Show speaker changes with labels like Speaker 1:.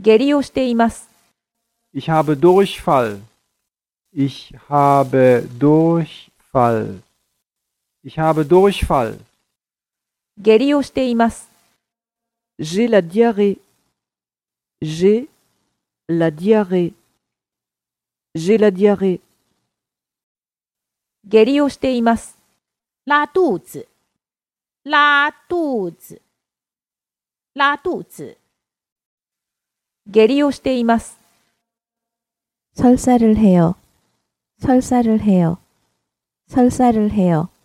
Speaker 1: 下痢をしています。
Speaker 2: Ich habe Durchfall. Ich habe Durchfall. Ich habe Durchfall.
Speaker 1: 下痢をしています。
Speaker 3: J'ai la diarrhée. J'ai la diarrhée. J'ai la diarrhée.
Speaker 1: 下痢をしています。
Speaker 4: 拉肚子，拉肚子，拉肚子，
Speaker 1: 下痢をしています。
Speaker 5: 설사를 해요. 설사를 해요. 설사를 해요.